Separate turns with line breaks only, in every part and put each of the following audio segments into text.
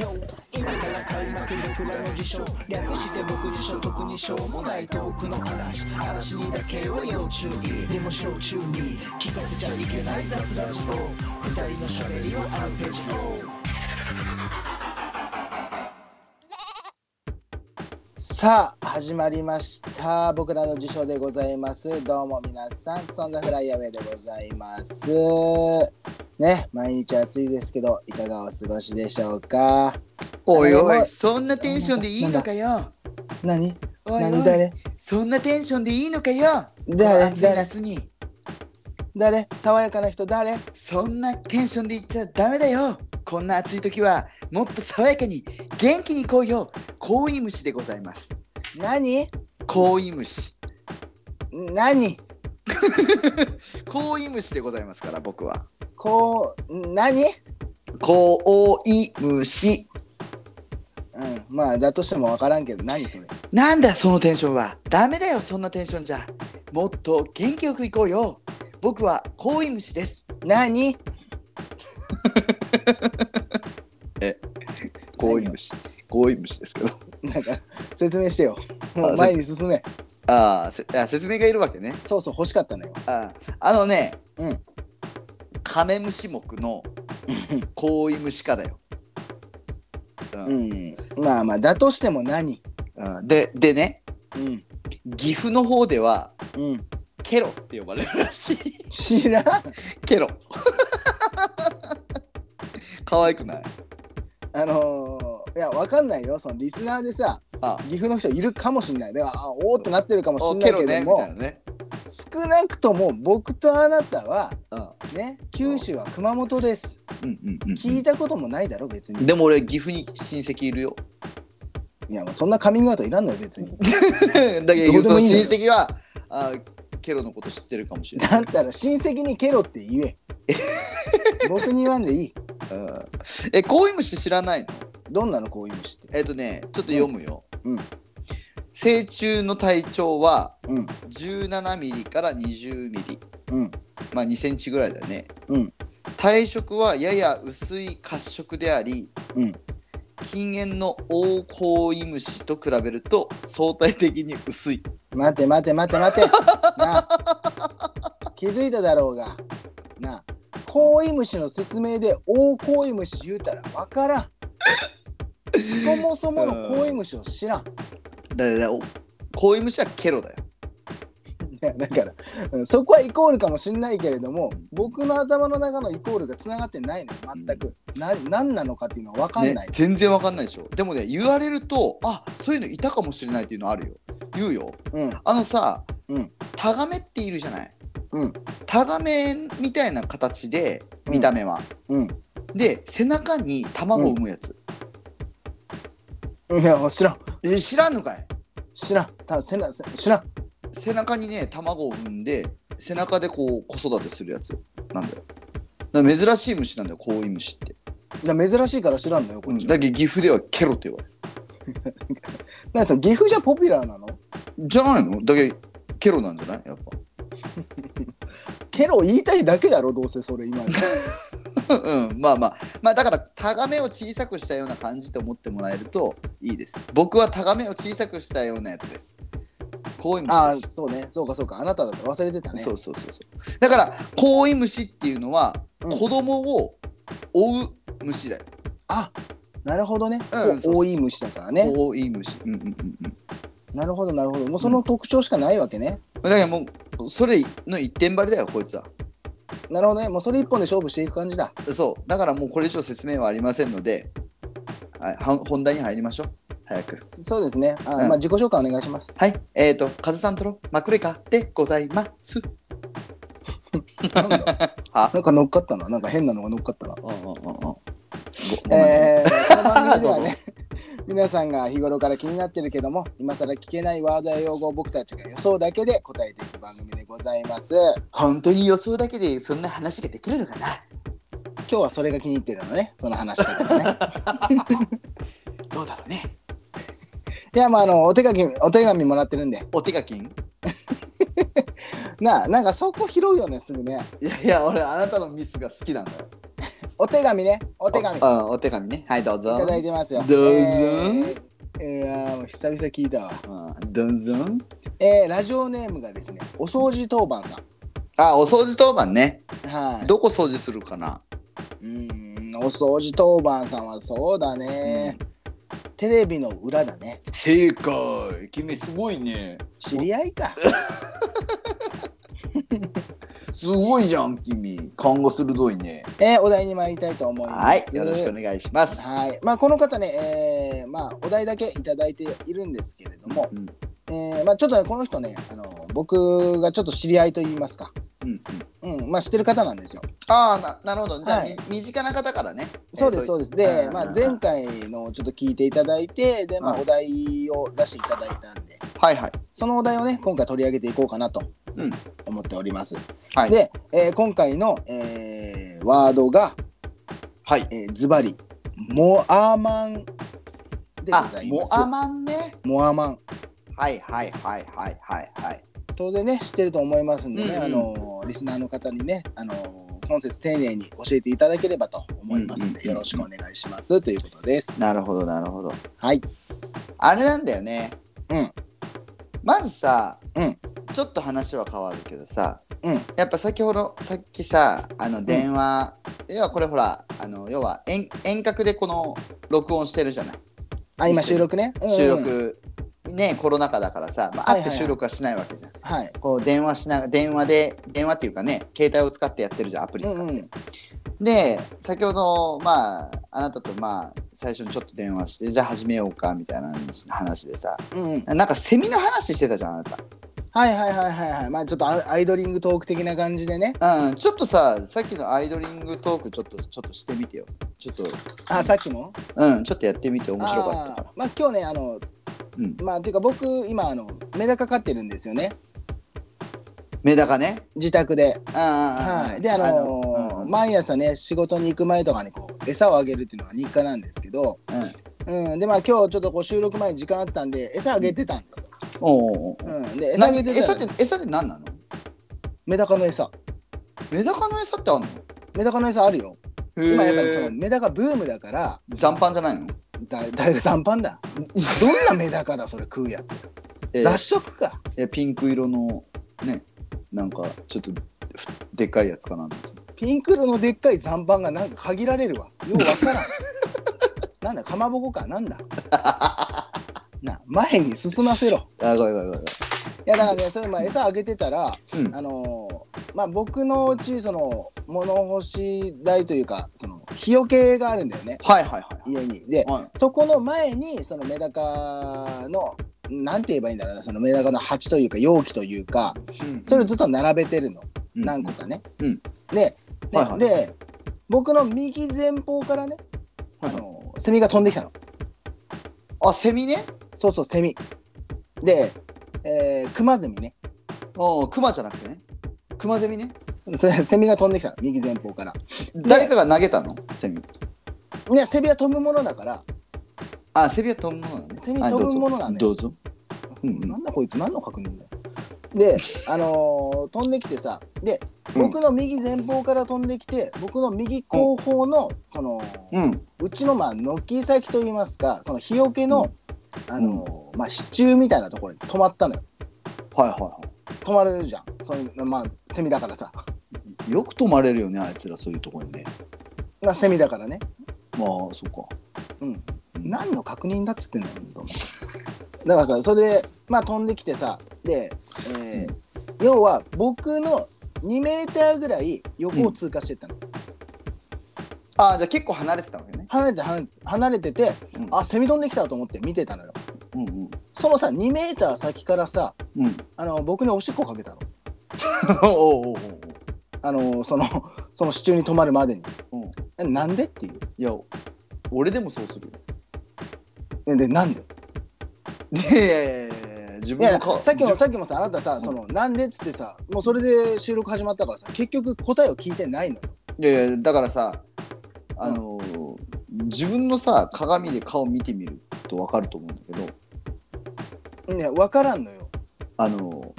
よ今から開幕僕らの受賞略して僕自所特にしょうもないトークの話嵐にだけは要注意でも小中に聞かせちゃいけない雑ラジオ二人のしゃべりはアンページ
さあ始まりました僕らの辞書でございますどうも皆さんそんなフライヤーウェイでございますね毎日暑いですけどいかがお過ごしでしょうか
おいお
あれ
い、
は
そんなテンションでいいのかよ。
何
おいお
何
い、
誰
そんなテンションでいいのかよ。
誰
暑い
誰
夏に、
誰爽やかな人誰
そんなテンションで言っちゃダメだよ。こんな暑い時は、もっと爽やかに、元気に行こうよ。コイムシでございます。
何
コイムシ。
何
コイムシでございますから、僕は。
こうん何
コイムシ。
うんまあだとしても分からんけど何それ
なんだそのテンションはダメだよそんなテンションじゃもっと元気よく行こうよ僕はコイムシです
何
コイムシコイムシですけど
なんか説明してよもう
あ
前に進め
あーせあ説明がいるわけね
そうそう欲しかったのよ
あーあのね、
うん
カメムシ目のコイムシ科だよ、うん
うんまあまあだとしても何
うんででね
うん
岐阜の方では
うん
ケロって呼ばれるらしい
知らん
ケロ 可愛くない
あのーいやわかんないよそのリスナーでさ
あ
岐阜の人いるかもしんないでああおーってなってるかもし
お
んな
ケ
い
ロ
け
ね
ど
み
も、
たいなね、
少なくとも僕とあなたは
うん
ね九州は熊本です
うんうんうんうん
聞いたこともないだろ別に
でも俺岐阜に親戚いるよ
いやもうそんなカミングアウトいらんのよ別に
だけ
ど
ど
うで
そ
も
の
いいの
親
よ
戚はあケロのこと知ってるかもしれな
だ
い
ったら親戚にケロって言 え僕に言わんでいい
うんえコイムシ知らないの
どんなのこういう虫って
えっ、とねちょっと読むよ、
うん
成虫の体長は
うん
1 7ミリから2 0ミリ
うん
まあ2センチぐらいだね、
うん
体色はやや薄い褐色であり、
うん
近縁のオオコイムシと比べると相対的に薄い
待て待て待て待てなあ気づいただろうがなあコイムシの説明で大コイムシ言うたらわからんそもそものコイムシを知らん
だだだおコイムシはケロだよ
いやだからうんそこはイコールかもしんないけれども僕の頭の中のイコールがつながってないのよ全く、な何なのかっていうのは分かんない、
ね、全然わかんないでしょでもね言われるとあそういうのいたかもしれないっていうのあるよ言うよ
うん
あのさ、
うん
タガメっているじゃない、
うん
タガメみたいな形で
うん
見た目は、
うん
で背中に卵を産むやつ、
いや知らん
え知らんのかい
知らんたせなせ知らん
背中にね卵を産んで背中でこう子育てするやつなんだよだから珍しい虫なんだよコウイムシって、
いや珍しいから知らんのよこっちは、
だけど岐阜ではケロって言われる
なんかその岐阜じゃポピュラーなの
じゃないのだけどケロなんじゃないやっ
ケロ言いたいだけだろどうせそれ今
ぱうんまあまあまあだからタガメを小さくしたような感じと思ってもらえるといいです僕はタガメを小さくしたようなやつですコウイム
あ
シ
あ
です
そうねそうかそうかあなただって忘れてたね
そうそうそうそうだからコウイムシっていうのは
うん
子供を追う虫だよ、
あなるほどね、
うんそうそう
多い虫だからね
追い虫うんうんうんうん
なるほどなるほどもうその特徴しかないわけね、
だからもうそれの一点張りだよこいつは
なるほどねもうそれ一本で勝負していく感じだ
そうだからもうこれ以上説明はありませんので、はい、は本題に入りましょう早く
そうですねあ、
うん
まあ自己紹介お願いします
はいえー、と風さんとのまくれかでございます
なんだ
あ
なんか乗っかったななんか変なのが乗っかったな
うんうんうんうんごごめん
えー、この番組では
どう
ね 皆さんが日頃から気になってるけども今更聞けないワードや用語を僕たちが予想だけで答えていく番組でございます
本当に予想だけでそんな話ができるのかな
今日はそれが気に入ってるのねその 話し方がね
どうだろうね
いや、まあ、あの、お手紙、お手紙もらってるんで。
お手書きん
なあ、なんかそこ拾うよね、すぐね。
いやいや俺あなたのミスが好きなんだよ
お手紙ねお手紙い
おうんお手紙ねはいどうぞ
ただいてますよ
どうぞ
えーいやーもう久々聞いたわ
うんどうぞ
えーラジオネームがですねお掃除当番さん
あお掃除当番ね
はい
どこ掃除するかな
うーんお掃除当番さんはそうだね、テレビの裏だね
正解君すごいね
知り合いか
すごいじゃん君看護鋭いね
えーお題に参りたいと思いま
はい
す
よろしくお願いします
はいまあ、この方ね、えーまあ、お題だけいただいているんですけれども、
うん
えーまあ、ちょっとねこの人ねあの僕がちょっと知り合いといいますか、
うんうん
うんまあ、知ってる方なんですよ。
ああななるほどじゃあ、
はい
み身近な方からね
そうですそう
で
です。で、
うん
ま
う
あ、
ん
前回のをちょっと聞いていただいてで、まあ、
うん
お題を出していただいたんで
ですはいはい
そのお題をね今回取り上げていこうかなと
うん
思っております。
はい
で、えー今回の、えーワードが、
はい
えー、ズバリモアマンでご
あ
ざいま
モ
す。
アマンね
モアマン
はいはいはいはいはいはい
当然ね知ってると思いますんでね、
うんうん
あのリスナーの方にねあの今節丁寧に教えていただければと思いますんで、
うんうんうん
よろしくお願いしますということです。
なるほどなるほど
はい、
あれなんだよね
うん
まずさ、
うん
ちょっと話は変わるけどさ、
うん
やっぱ先ほどさっきさあの電話、要はこれほらあの要は遠遠隔でこの録音してるじゃない、
あ今収録ね。うんうん
収録ねコロナ禍だからさ、まあ、
はいはい
会っ
は
て
い
収録はしないわけじゃん、
はい。
こう電話しなが電話で電話っていうかね携帯を使ってやってるじゃんアプリ
う
使って、
んうん
で先ほどまああなたとまあ最初にちょっと電話してじゃあ始めようかみたいな話でさ
うんうん。
なんかセミの話してたじゃんあなた
はいはいはいはいはい。まあちょっとアアイドリングトーク的な感じでね。
うん、ちょっとさ、さっきのアイドリングトークちょっとちょっとしてみてよ。ちょっと、
あさっきも
うん、ちょっとやってみて面白かったか
あーまあ今日ねあの
ら。うん。
まあっていうか僕今あのメダカ飼ってるんですよね
メダカね。
自宅で。
あ
はい、であのー
ま、
毎朝ね仕事に行く前とかにこう餌をあげるっていうのが日課なんですけど、
うん。
うん、でまあ今日ちょっとこう収録前に時間あったんで餌あげてたんですよ。
おうおうおう。
うん、で餌あ
何
げて
餌
た
っ
ら
て、餌って何なの
メダカの餌
メダカの餌ってあんの
メダカの餌あるよ。今やっぱりその
へえ。
メダカブームだから
残飯じゃないの
だ誰が残飯だどんなメダカだそれ食うやつ
え
雑食か
えピンク色の、ね、なんか、ちょっと、ふでっかいやつかなと思って
ピンク色のでっかい残飯がなんか限られるわようわからんなんだかまぼこか なんだな前に進ませろ
あ、ごめんごめんごめん。
いやだからねそれまあ餌あげてたら
うん
あのーまあ僕のうちその物干し台というかその日よけがあるんだよね
はいはいは
家にで
い。はい。
そこの前にそのメダカのなんて言えばいいんだろうなそのメダカの鉢というか容器というか
うん
それをずっと並べてるの
うん
何個かね、
うん
で、ね
はいはい
で僕の右前方からね、
はいは
あ
い
のーセミが飛んできたの
あ、セミね。
そうそうセミで、えー、クマゼミね
おクマじゃなくてね。クマゼミね。
それセミが飛んできたの右前方から
誰かが投げたのセミ。
ねセミは飛ぶものだから
あ、セミは飛ぶものなの
セミ飛ぶものなのよ
どうぞ。うんうん
なんだこいつ何の確認だよであのー飛んできてさで
うん
僕の右前方から飛んできて、僕の右後方のその、う
うん。
ちのまあ軒先といいますかその日よけの、あのーまあ支柱みたいなところに止まったのよ
はいはいは
止まるじゃんそういうまあセミだからさ
い。よく止まれるよね、あいつらそういうところにね。
まあセミだからね
まあ、そうか。
うん
うん
何の確認だっつってんだよほんとだからさそれでまあ飛んできてさで、えー要は僕の2メーターぐらい横を通過してったの、
あ、じゃあ結構離れてたわけね。
離れて離れて離れてて
うん
あセミ飛んできたと思って見てたのよ
うんうん。
そのさ2メーター先からさ
うん。
あの僕におしっこかけたの
おうおうおう
あのそのその支柱に止まるまでに
おううん。
えなんでっていう
いや、俺でもそうするよ。
ででなんで
いやいやいやいや、自
い
分
や
の顔。
さっきも
自
さっきもさあなたさそのなんでっつってさもうそれで収録始まったからさ結局答えを聞いてないのよ
分いやいや、だからさ、あのー、自分のさ、鏡で顔見てみるとわかると思うんだけど、
ね分からんのよ
あの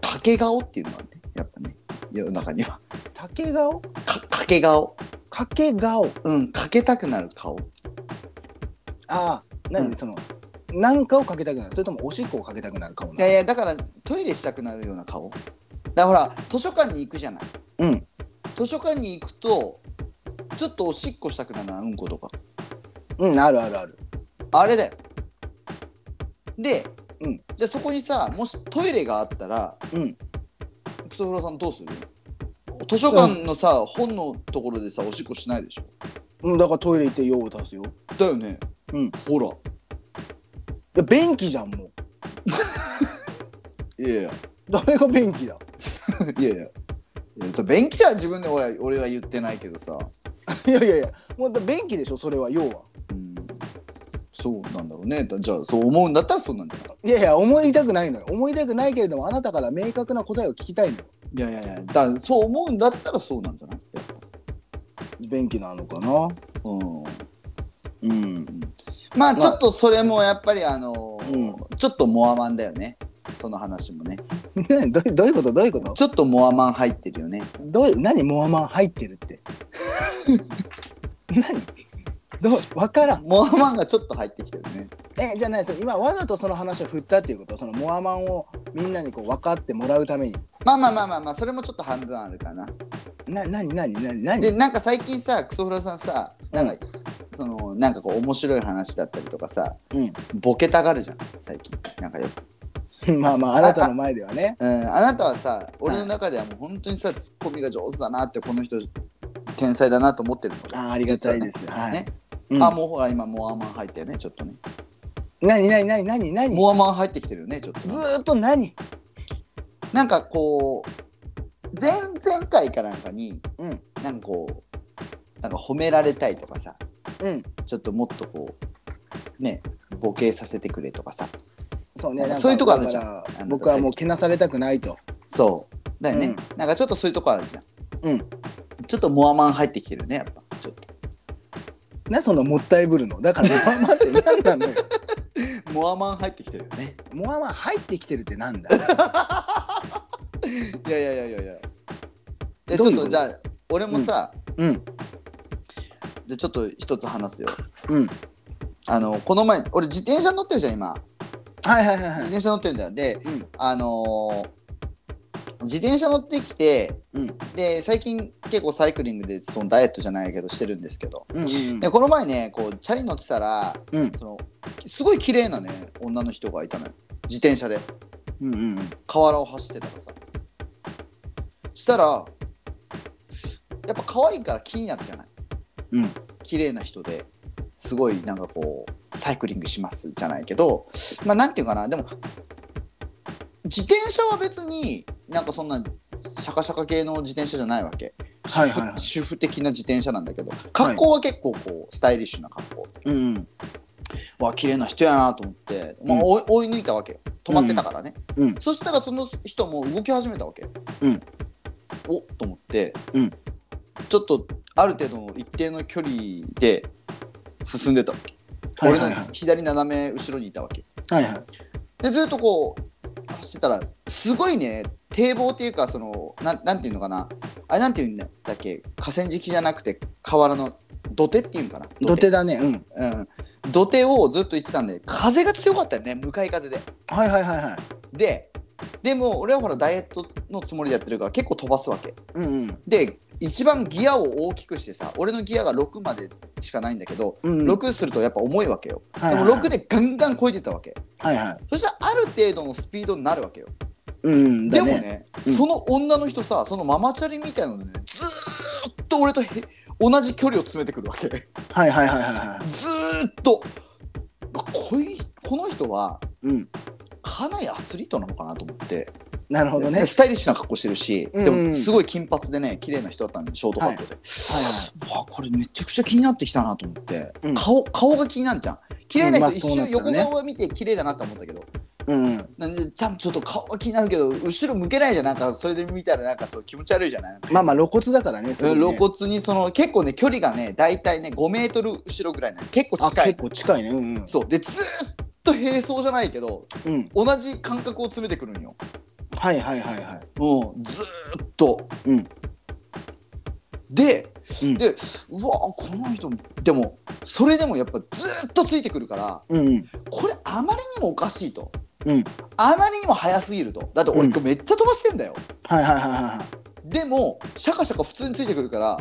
掛け顔っていうのはねやっぱね世の中には
竹顔
かかけ顔。
かけ顔
うん、かけたくなる顔。
ああ何、
うん
その何かをかけたくなるそれともおしっこをかけたくなる顔
い
な
やい
の
や、だからトイレしたくなるような顔。だからほら、図書館に行くじゃない。
うん
図書館に行くと、ちょっとおしっこしたくなるな、うんことか。
うんあるあるある
あれだよ。で、
うん
じゃあそこにさ、もしトイレがあったら、
うん
クソフラさんどうする図書館のさ、本のところでさ、おしっこしないでしょ。
うんだからトイレ行って用を足すよ
だよね。
うん
ほら。
いや便器じゃんもう
いやいや。
誰が便器だ
いやいや。いやそう便器じゃ自分で俺は俺は言ってないけどさ、
いやいやいやもうだ便器でしょそれは要は
うん、そうなんだろうねだじゃあそう思うんだったらそうなんじゃない
いやいや思いたくないのよ思いたくないけれどもあなたから明確な答えを聞きたいのよ
いやいやいやだそう思うんだったらそうなんじゃないやっぱ
便器なのかな
うん
うん
まあ
まあ
ちょっとそれもやっぱりあのーちょっとモアマンだよねその話もね
ね どうどういうことどういうこと
ちょっとモアマン入ってるよね
どういう何モアマン入ってるって 何どう分からん
モアマンがちょっと入ってきてるね
えじゃあ何それ今わざとその話を振ったっていうことそのモアマンをみんなにこう分かってもらうために
まあまあまあまあまあそれもちょっと半分あるかな
な何何何何
でなんか最近さクソフラさんさなんか、そのなんかこう面白い話だったりとかさボケたがるじゃん最近なんかよく
うん まあまああなたの前ではね
うんあなたはさ俺の中ではもう本当にさツッコミが上手だなってこの人天才だなと思ってるので
あーありがたいです
は
はい
ね、
うん
あもうほら今モアマン入ってねちょっとね
何何何何何
モアマン入ってきてるよねちょっとね
ずーっと何
なんかこう前々回かなんかに、
うん
なんかこうなんか褒められたいとかさ
うん
ちょっともっとこうねボケさせてくれとかさ
そうね
な
な
んか
んか
そういうとこあるじゃん
だか
あ
ら
の
僕はもうけなされたくないと
そうだよね、なんかちょっとそういうとこあるじゃん
うん
ちょっとモアマン入ってきてるねやっぱちょっと
なそのもったいぶるのだからモアマンって何なのよ
モアマン入ってきてるよね
モアマン入ってきてるってなんだ
いやいやいやいやいやえち
どう
ょっ
いうこと
とじゃあ俺もさ、
うん
じゃあちょっと一つ話すよ
うん
あのこの前俺自転車乗ってるじゃん今
はいはいはい
自
はい
転車乗ってるんだよで
うん
あのー自転車乗ってきて
うん
で最近結構サイクリングでそのダイエットじゃないけどしてるんですけど
うんうん
でこの前ねこうチャリ乗ってたら
うん
そのすごい綺麗なね女の人がいたのよ自転車で
うんうんうん
河原を走ってたらさしたらやっぱ可愛いから気になるじゃない
うん
綺麗な人ですごいなんかこうサイクリングしますじゃないけどまあなんていうかなでも自転車は別になんかそんなシャカシャカ系の自転車じゃないわけ、
はいはいはい
主婦的な自転車なんだけど格好は結構こうスタイリッシュな格好
うん
わ綺麗な人やなと思って、まあ
うん
追い追い抜いたわけよ止まってたからね、
うんうん
そしたらその人も動き始めたわけ、
うん
おっと思って、
うん
ちょっとある程度の一定の距離で進んでた、
はいはい
俺
はい
の左斜め後ろにいたわけ
はいはい
でずっとこう走ってたらすごいね堤防っていうかそのなんなんていうのかなあれなんていうんだっけ河川敷じゃなくて河原の土手っていうんかな
土手だねうん
うん、土手をずっと行ってたんで風が強かったよね向かい風で
はいはいはいはい
ででも俺はほらダイエットのつもりでやってるから結構飛ばすわけ
うんうん
で一番ギアを大きくしてさ俺のギアが6までしかないんだけど、
うんうん
6するとやっぱ重いわけよ、
はいはい
でも6でガンガン超えてったわけ
はいはい
そしたらある程度のスピードになるわけよ、
うん
で
だ
も
ね
ね、
うん
その女の人さそのママチャリみたいなのでねずーっと俺とへ同じ距離を詰めてくるわけ
はいはいはいはいはい
ずーっとこいこの人は
うん
かなりアスリートなのかなと思って、
なるほどねはい
スタイリッシュな格好してるし、
うん
でもすごい金髪でね綺麗な人だったんでショートカットで、
は
わあこれめちゃくちゃ気になってきたなと思って、
うん
顔顔が気になるじゃん綺麗な
うんま
人
あ
一
そうなっ
瞬
たら
横
ね
顔は見て綺麗だなと思ったけど、
いうんうん
なんでちゃんちょっと顔は気になるけど後ろ向けないじゃんなんかそれで見たらなんかそう気持ち悪いじゃない
まあまあ露骨だからねすごいね
露骨にその結構ね距離がね大体ね5メートル後ろぐらいなの結構
あ
近
結
い
構近いねうんうん
そうでずーっと並走じゃないけど
うん
同じ感覚を詰めてくるんよ
はいはいはいはい
もうずーっと、
うん
で
うん
でうわこの人でもそれでもやっぱずっとついてくるから
うん
これあまりにもおかしいと、
うん
あまりにも早すぎるとだって
う
俺
ん
めっちゃ飛ばしてんだよ、
はいはいはいは
でもシャカシャカ普通についてくるから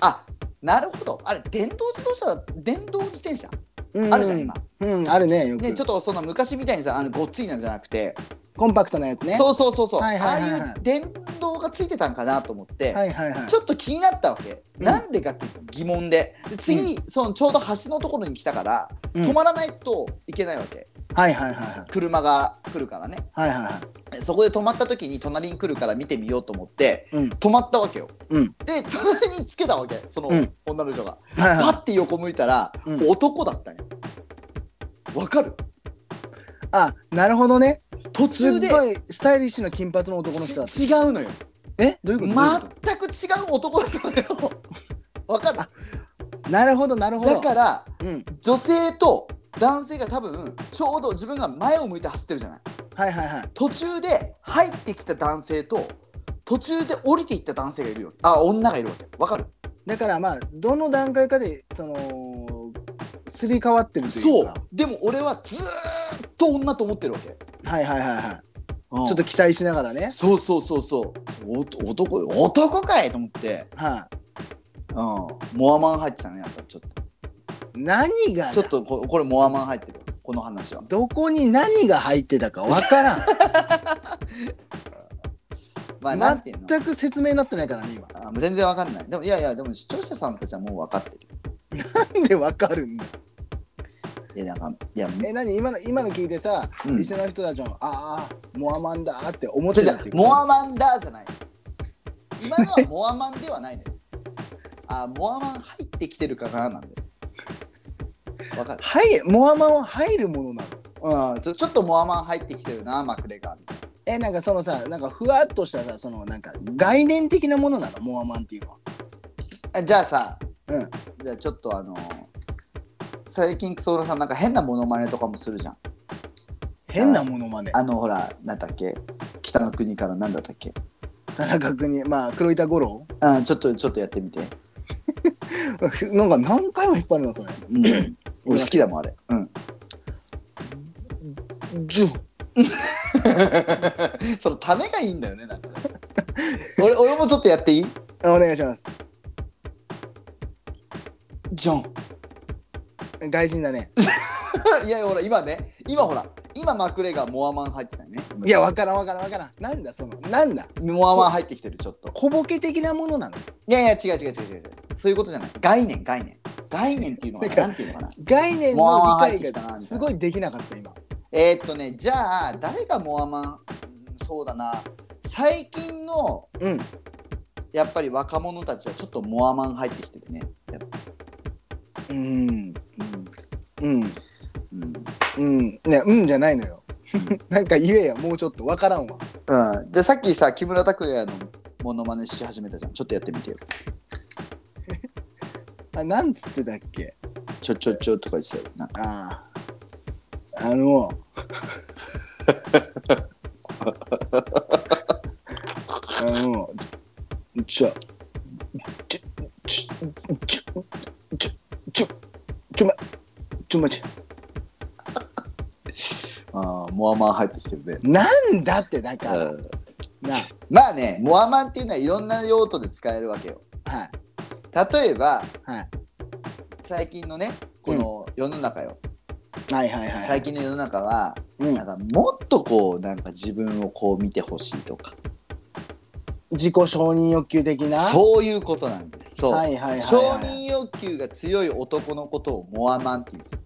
あなるほどあれ電動自動車だ電動自転車
いはい
あるじゃん今、
うんあるねよく
ねちょっとその昔みたいにさあのごっついなんじゃなくて、
コンパクトなやつね
そうそうそうそう、
はいはいはいはい
ああいう電動がついてたんかなと思って、
はいはいはい
ちょっと気になったわけ、
うん
なんでかって疑問でで次、そのちょうど橋のところに来たから、
うん
止まらないといけないわけ
はいはいはいはい
車が来るからね
はいはいはい
そこで止まった時に隣に来るから見てみようと思って
うん
止まったわけよ、
うん
で隣につけたわけその
うん
女の人が、
はい
パ
はい
ッて横向いたら、
うん
男だったんよわかる
あなるほどね
途
すっ
中で
ごいスタイリッシュな金髪の男の人だ
ち違うのよ
えどういうことどういうこ
全く違う男だったのよ わかる
となるほどなるほど
だから
うん
女性と男性が多分ちょうど自分が前を向いて走ってるじゃない
はいはいはい
途中で入ってきた男性と途中で降りていった男性がいるよあ女がいるわけわかる
だからまあどの段階かでそのすり替わってるとい
そうう
か
でも俺はずーっと女と思ってるわけ、
はいはいはいはい
ち
ちょ
ょ
っと
っと
期待しながらね
そうそうそうそうおと男男かいと思って、
は
うん、モアマン入ってたねやっぱちょっと
い何がだ
ちょっとここれモアマン入ってるこの話は
どこに何が入ってたかわ から
まあなん
ん
ていうの
全く説明になってないからね今
あ全然わかんないでもいやいやでも視聴者さんたちはもう分かってる
なん でわかるんだ
いやなんかいや
え何今の今の聞いてさ、
うん
リスナーの人たちもああモアマンだーって思っ
じ
て
ゃじ
た
ゃ
っていう
モアマンだじゃない今のはモアマンではないのよあモアマン入ってきてるかななんでわかる
はいモアマンは入るものなの
うんちょちょっとモアマン入ってきてるなマクレガーみたいな
えなんかそのさなんかふわっとしたさそのなんか概念的なものなのモアマンっていうのは
あじゃあさ
うん
じゃあちょっとあの最近クソーラさんなんか変なモノマネとかもするじゃん
変なものまね
あのほらなんだっけ北の国からなんだったっけ
田中君にまあ黒板五郎
うんちょっとちょっとやってみて、
なんか何回も引っ張るなそれ
うん、 俺好きだもんあれ うん
ジュン
そのためがいいんだよねなんか俺 俺もちょっとやっていい
お願いします
ジ ョン
外人だね
いやほら今ね今ほら今マクレガーモアマン入ってたよね
いやわからんわからんわからんなんだそのなんだ
モアマン入ってきてるちょっと
小ボケ的なものなの
いやいや違う違う違う違う違うそういうことじゃない概念概念概念っていうの かな
なんか
なんていうのかな
概念の理解がす
す
ご
ご
いできなかった今
えー、っとねじゃあ誰がモアマンうんそうだな最近の
うん
やっぱり若者たちはちょっとモアマン入ってきてるねやっぱ
うん
うん
うん
うん
うんねうんじゃないのよなんか言えやもうちょっとわからんわ
うん、でさっきさ木村拓哉のモノマネし始めたじゃんちょっとやってみてよ
あなんつってたっけ
ちょちょちょとか言ってたよなんか
あああのあのちょちょちょちょちょちょちょまちょまち
あーモアマン入ってきてるね、
なんだってだから、
うん、
なはい
まあねモアマンっていうのはいろんな用途で使えるわけよ例えば
はい
最近のねこの世の中よ、
はいはいはい
最近の世の中は
うん
なんかもっとこうなんか自分をこう見てほしいとか
自己承認欲求的な
そういうことなんですそう、
はいはいはい、
承
はい
認欲求が強い男のことをモアマンって言うんですよ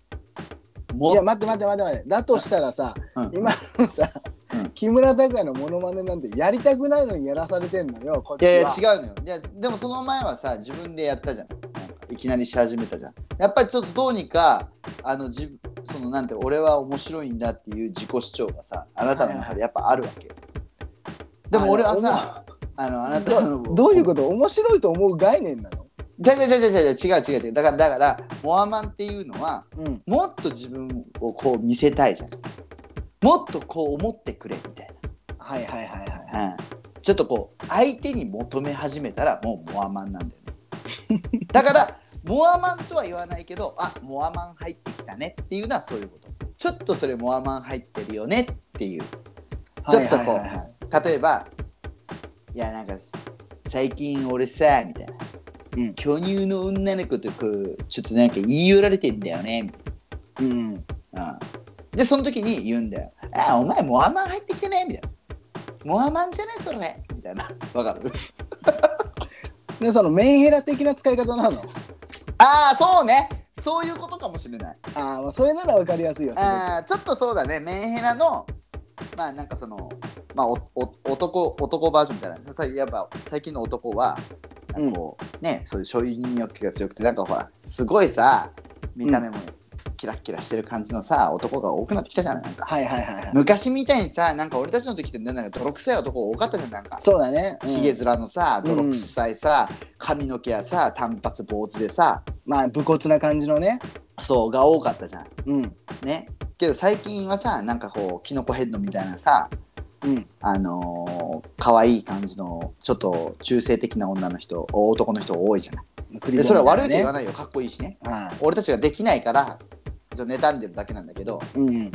い
も
や待って待って待って待ってだとしたらさ
うん
今のさ、
うん
木村拓哉のモノマネなんてやりたくないのにやらされてんのよこっ
い
ちは
やいや違うのよいやでもその前はさ自分でやったじゃんなんかいきなりし始めたじゃんやっぱりちょっとどうにかあの自そのなんて俺は面白いんだっていう自己主張がさあなたの中でやっぱあるわけよでも俺はさあのあなたの
どどういうこと面白いと思う概念なの
じゃじゃじゃじゃじゃじゃ違う違う違うだからだからモアマンっていうのは
うん
もっと自分をこう見せたいじゃんもっとこう思ってくれみたい
はいはいはいはい
な、うん、ちょっとこう相手に求め始めたらもうモアマンなんだよね だからモアマンとは言わないけどあモアマン入ってきたねっていうのはそういうことちょっとそれモアマン入ってるよねっていうちょっとこ
はいはい
う、
はいはい
例えばいやなんか最近俺さみたいな、
うん
巨乳の女の子とこうちょっとなんか言い寄られてんだよねみたい
うん。
な、うんでその時に言うんだよ「あお前モアマン入ってきてね」みたいな「モアマンじゃねそれ」みたいなわかる
で、そのメンヘラ的な使い方なの
ああそうねそういうことかもしれない
ああ、まあ、それならわかりやすいよ、すごく
あーちょっとそうだねメンヘラのまあなんかそのまあおお男男バージョンみたいなさやっぱ最近の男はなんかこう、ねそういう所有人欲が強くてなんかほらすごいさ見た目もキラッキラしてる感じのさ男が多くなってきたじゃないなんか
はいはいはいはい。
昔みたいにさなんか俺たちの時ってねなんか泥臭い男多かったじゃんなんか
そうだね。うん
ひげ面のさ
うん
泥臭いさ髪の毛やさ短髪坊主でさ
まあ、武骨な感じのね。
そうが多かったじゃん
うん。
ねけど最近はさなんかこうキノコヘッドみたいなさ
うん。
あのー、可愛い感じのちょっと中性的な女の人男の人多いじゃないでそれは悪いと言わ
ない。
ないよかっこいいしね
ああ
俺たちができないからちょっと妬んでるだけなんだけど、
うん。
うん、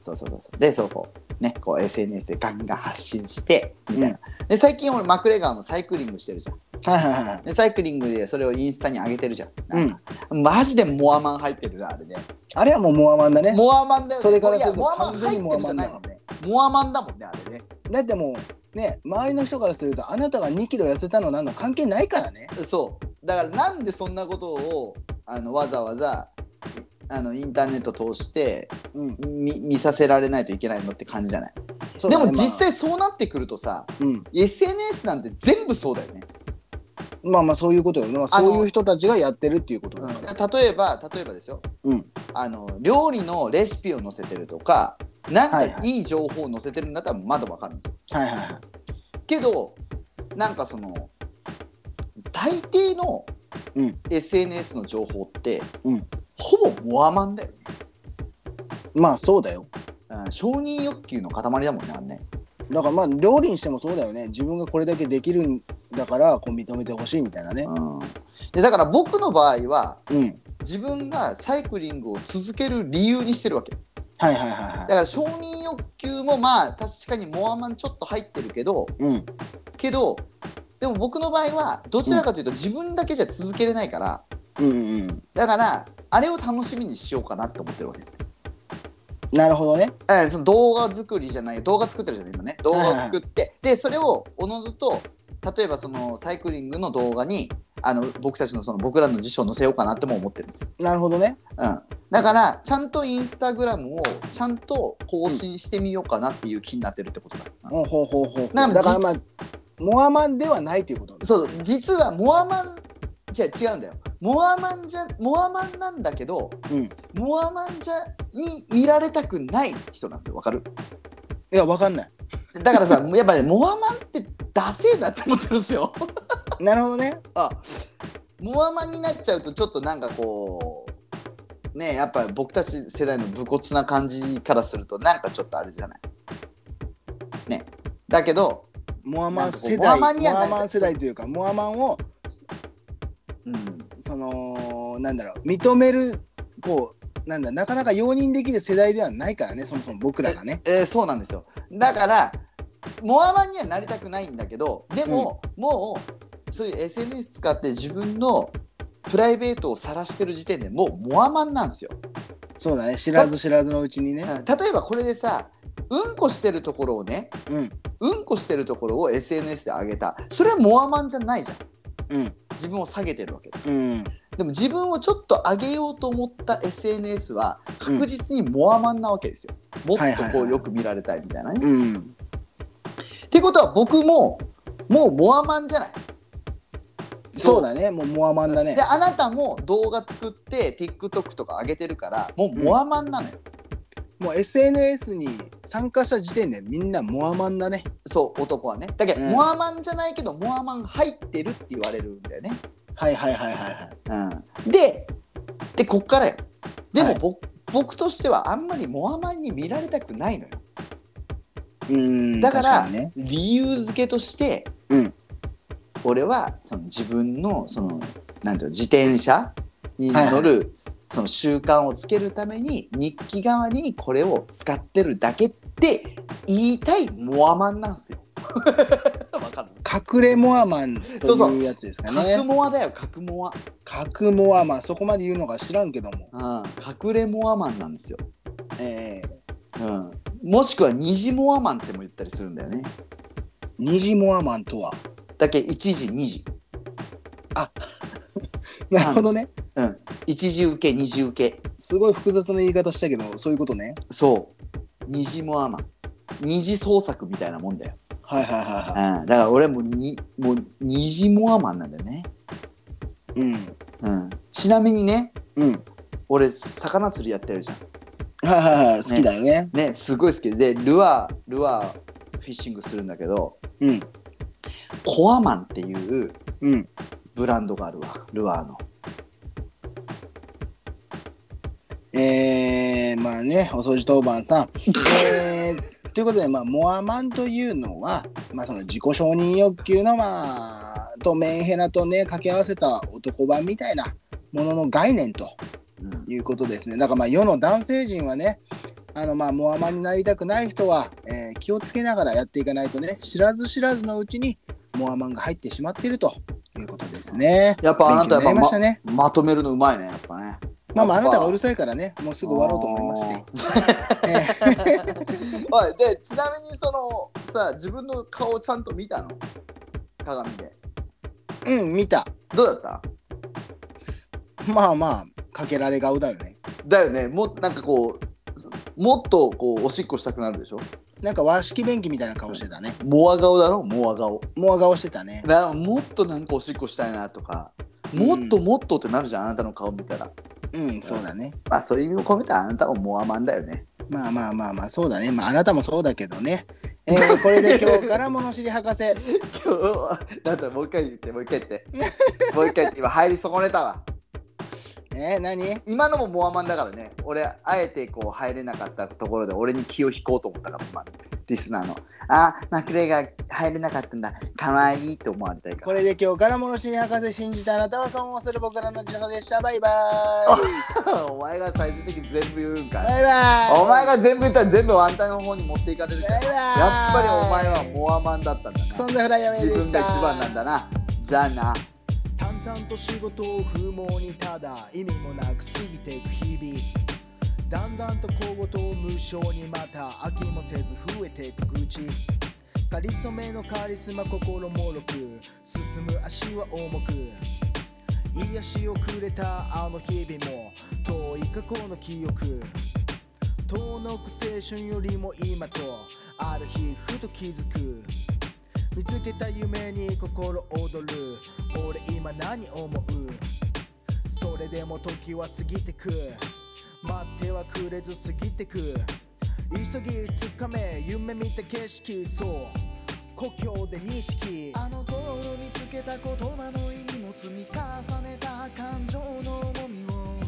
そうそうそうそうでそうこうねこう SNS でガンガン発信してみたいな、で最近俺マクレガーもサイクリングしてるじゃん
はいはいはい。
でサイクリングでそれをインスタに上げてるじゃんなんか、マジでモアマン入ってるなあれね
あれはもうモアマンだね。
モアマンだよ、ね、
それから
いや
すぐ
モアマン入ってるじゃないもんねモアマンだもんねあれね
だってもう、ね、周りの人からすると、あなたが2キロ痩せたのなんの関係ないからね。
そうだからなんでそんなことをあのわざわざあのインターネット通して
うん。
見見させられないといけないのって感じじゃない、
そう
で
だね
も実、
まあ
際そうなってくるとさ
うん。
SNS なんて全部そうだよね、
まあまあ、そういうことよね。まあ、
あの
そういう人たちがやってるっていうことだ
うん
から。
例えば例えばですよ
うん。
あの料理のレシピを載せてるとかなん
はいは
か
い
いい情報を載せてるんだったらまだわかるんですよ
はいはいはい。
けどなんかその大抵の
うん
SNS の情報って、
うん
ほぼモアマンだよね、
まあ、そうだよ。
うん承認欲求の塊だもんねあれね
だからまあ料理にしてもそうだよね自分がこれだけできるんだからこう認めてほしいみたいなね
うんでだから僕の場合は
うん
自分がサイクリングを続ける理由にしてるわけだ
はいはいはいはい
から承認欲求もまあ確かにモアマンちょっと入ってるけど
うん
けどでも僕の場合はどちらかというと自分だけじゃ続けれないから、
うんうんうん
だからあれを楽しみにしようかなって思ってるわけ
なるほどね
うん、その動画作りじゃない動画作ってるじゃない今ね動画を作って、でそれをおのずと例えばそのサイクリングの動画にあの僕たちのその僕らの辞書を載せようかなっても思ってるんですよ、
なるほどね
うん、だからちゃんとインスタグラムをちゃんと更新してみようかなっていう気になってるってことだ、
うんほうほうほうほうだ
なんか
からまあモアマンではないということです
そう実はモアマンじゃ違うんだよモアマンじゃモアマンなんだけど
うんい
モアマンじゃに見られたくない人なんですよわかる
やわかんない
だからさ やっぱねモアマンってダセえなって思ってるんですよ
なるほどね
あモアマンになっちゃうとちょっとなんかこうねえやっぱ僕たち世代の武骨な感じからするとなんかちょっとあれじゃないねだけど、
モアマン世代
なんかこうモアマンには
モ
な
ア
い
マン世代というかモアマンを
うん、
そのなんだろう認めるこうなんだなかなか容認できる世代ではないからねそもそも僕らがね
えーそうなんですよだからモアマンにはなりたくないんだけどでも、もうそういう SNS 使って自分のプライベートを晒してる時点でもうモアマンなんですよ
そうだね知らず知らずのうちにね
うん例えばこれでさうんこしてるところをね
うん
うんこしてるところを SNS で上げたそれはモアマンじゃないじゃん
うん
自分を下げてるわけだ
うん
でも自分をちょっと上げようと思った SNS は確実にモアマンなわけですよ、も
は
っ
い
と
はい
こ
は
う
い
よく見られたいみたいなね、
うん
ってことは僕ももうモアマンじゃない
そうだね、もうモアマンだね
で。あなたも動画作って TikTok とか上げてるからもうモアマンなのよ、
もう SNS に参加した時点でみんなモアマンだね。
そう男はねだけど、
うん
モアマンじゃないけどモアマン入ってるって言われるんだよね
はいはいはいはいはい。
うんででこっからよでも、
はい
ぼ僕としてはあんまりモアマンに見られたくないのよ
うーん
だから
確にね、
理由付けとして、
うん
俺はその自分のそのなんていうの自転車に乗る、その習慣をつけるために日記代わりにこれを使ってるだけって言いたいモアマンなんです よ。わかる
隠れモアマン
そ
と
うそう
いうやつですか
角
ね。
モアだよ角モ
隠モアマン、そこまで言うのか知らんけども。
ア、うん、隠れモアマンなんですよ、
えー、
うん、もしくは二次モアマンっても言ったりするんだよね
二次モアマンとは。
だけ一時二時
なるほどね。
うん一時受け二時受け
すごい複雑な言い方したけど、そういうことね。
そう二次モアマン二次創作みたいなもんだよ
はいはいはいは
うん、だから俺もにもう虹モアマンなんだよね、
い。うん。
うん、ちなみにね
うん。
俺魚釣りやってるじゃん
はいはいはい。好きだよね。
ねすごい好きででルアールアーフィッシングするんだけど
うん。
コアマンっていう
うん。
ブランドがあるわルアーの
えー、まあね、お掃除当番さん。えー、ということで、まあ、モアマンというのは、まあ、その自己承認欲求の、まあ、とメンヘラとね、掛け合わせた男版みたいなものの概念と
うん
いうことですね。だから、まあ、世の男性陣はね、あの、まあ、モアマンになりたくない人は、えー気をつけながらやっていかないとね、知らず知らずのうちに、モアマンが入ってしまっているということですね。
やっぱあなた
勉強
やっぱ
になりました
ま,、
ね。
まとめるのうまいねやっぱね
まあまあ、あ
やっぱ
なたがうるさいからね、もうすぐ終わろうと思いまして。えー
しておいでちなみにそのさ自分の顔をちゃんと見たの鏡で
うん、見た。
どうだった
まあまあ、かけられ顔だよね。
だよねもなんかこうもっとこうおしっこしたくなるでしょ
なんか和式便器みたいな顔してたね。
モア顔だろモア顔
モア顔してたね。
なもっとなんかおしっこしたいなとか
うん
もっともっとってなるじゃん、あなたの顔見たら
うん、そうだね。
まあそういう意味を込めたらあなたもモアマンだよね
まあまあまあまあ、そうだね。まあ、あなたもそうだけどね。えー、これで今日から物知り博士。
今日なんだもう一回言ってもう一回言ってもう一回言って今入り損ねたわ
えー、何
今のもモアマンだからね俺あえてこう入れなかったところで俺に気を引こうと思ったから今リスナーのあマクレイが入れなかったんだかわいいって思われたいから
これで今日から物知り博士信じたあなたは損をする僕らの授業でした。バイバーイ。
お前が最終的に全部言うんかい
バイバーイ。
お前が全部言ったら全部ワンタンの方に持っていかれるか
バ
ら
イバーイ。
やっぱりお前はモアマンだったんだ
そ
なん
なフライヤーメ
自
ンでした。
分が一番なんだなじゃあな
淡々と仕事を不毛にただ意味もなく過ぎていく日々だんだんと小言を無償にまた飽きもせず増えていく愚痴かりそめのカリスマ心もろく進む足は重く癒しをくれたあの日々も遠い過去の記憶遠のく青春よりも今とある日ふと気づく見つけた夢に心躍る俺今何思うそれでも時は過ぎてく待ってはくれず過ぎてく急ぎつかめ夢見た景色そう故郷で認識
あの頃見つけた言葉の意味も積み重ねた感情の重みを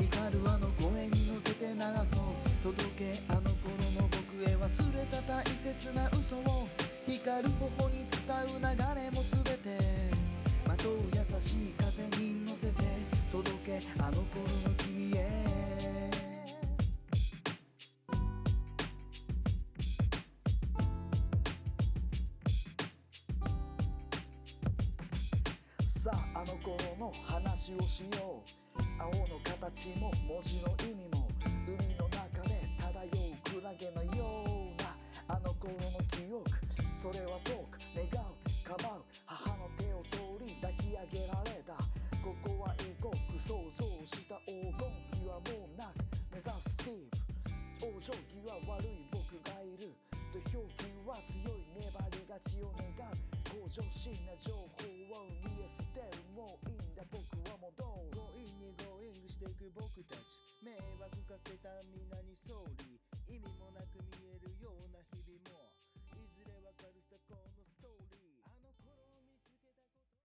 光るあの声に乗せて流そう届けあの頃の僕へ忘れた大切な嘘を光る頬に伝う流れも全てまとう優しい風に乗せて届けあの頃の君へさああの頃の話をしよう青の形も文字の意味も海の中で漂うクラゲのようなあの頃の記憶それは遠く願う構う母の手を通り抱き上げられたここは異国想像した黄金比はもうなく目指すスティーブ往生際悪い僕がいる土俵際は強い粘り勝ちを願う向上心な情報を見え捨てるもういいんだ僕はもうどう
強引にゴーイングしていく僕たち迷惑かけた皆に総理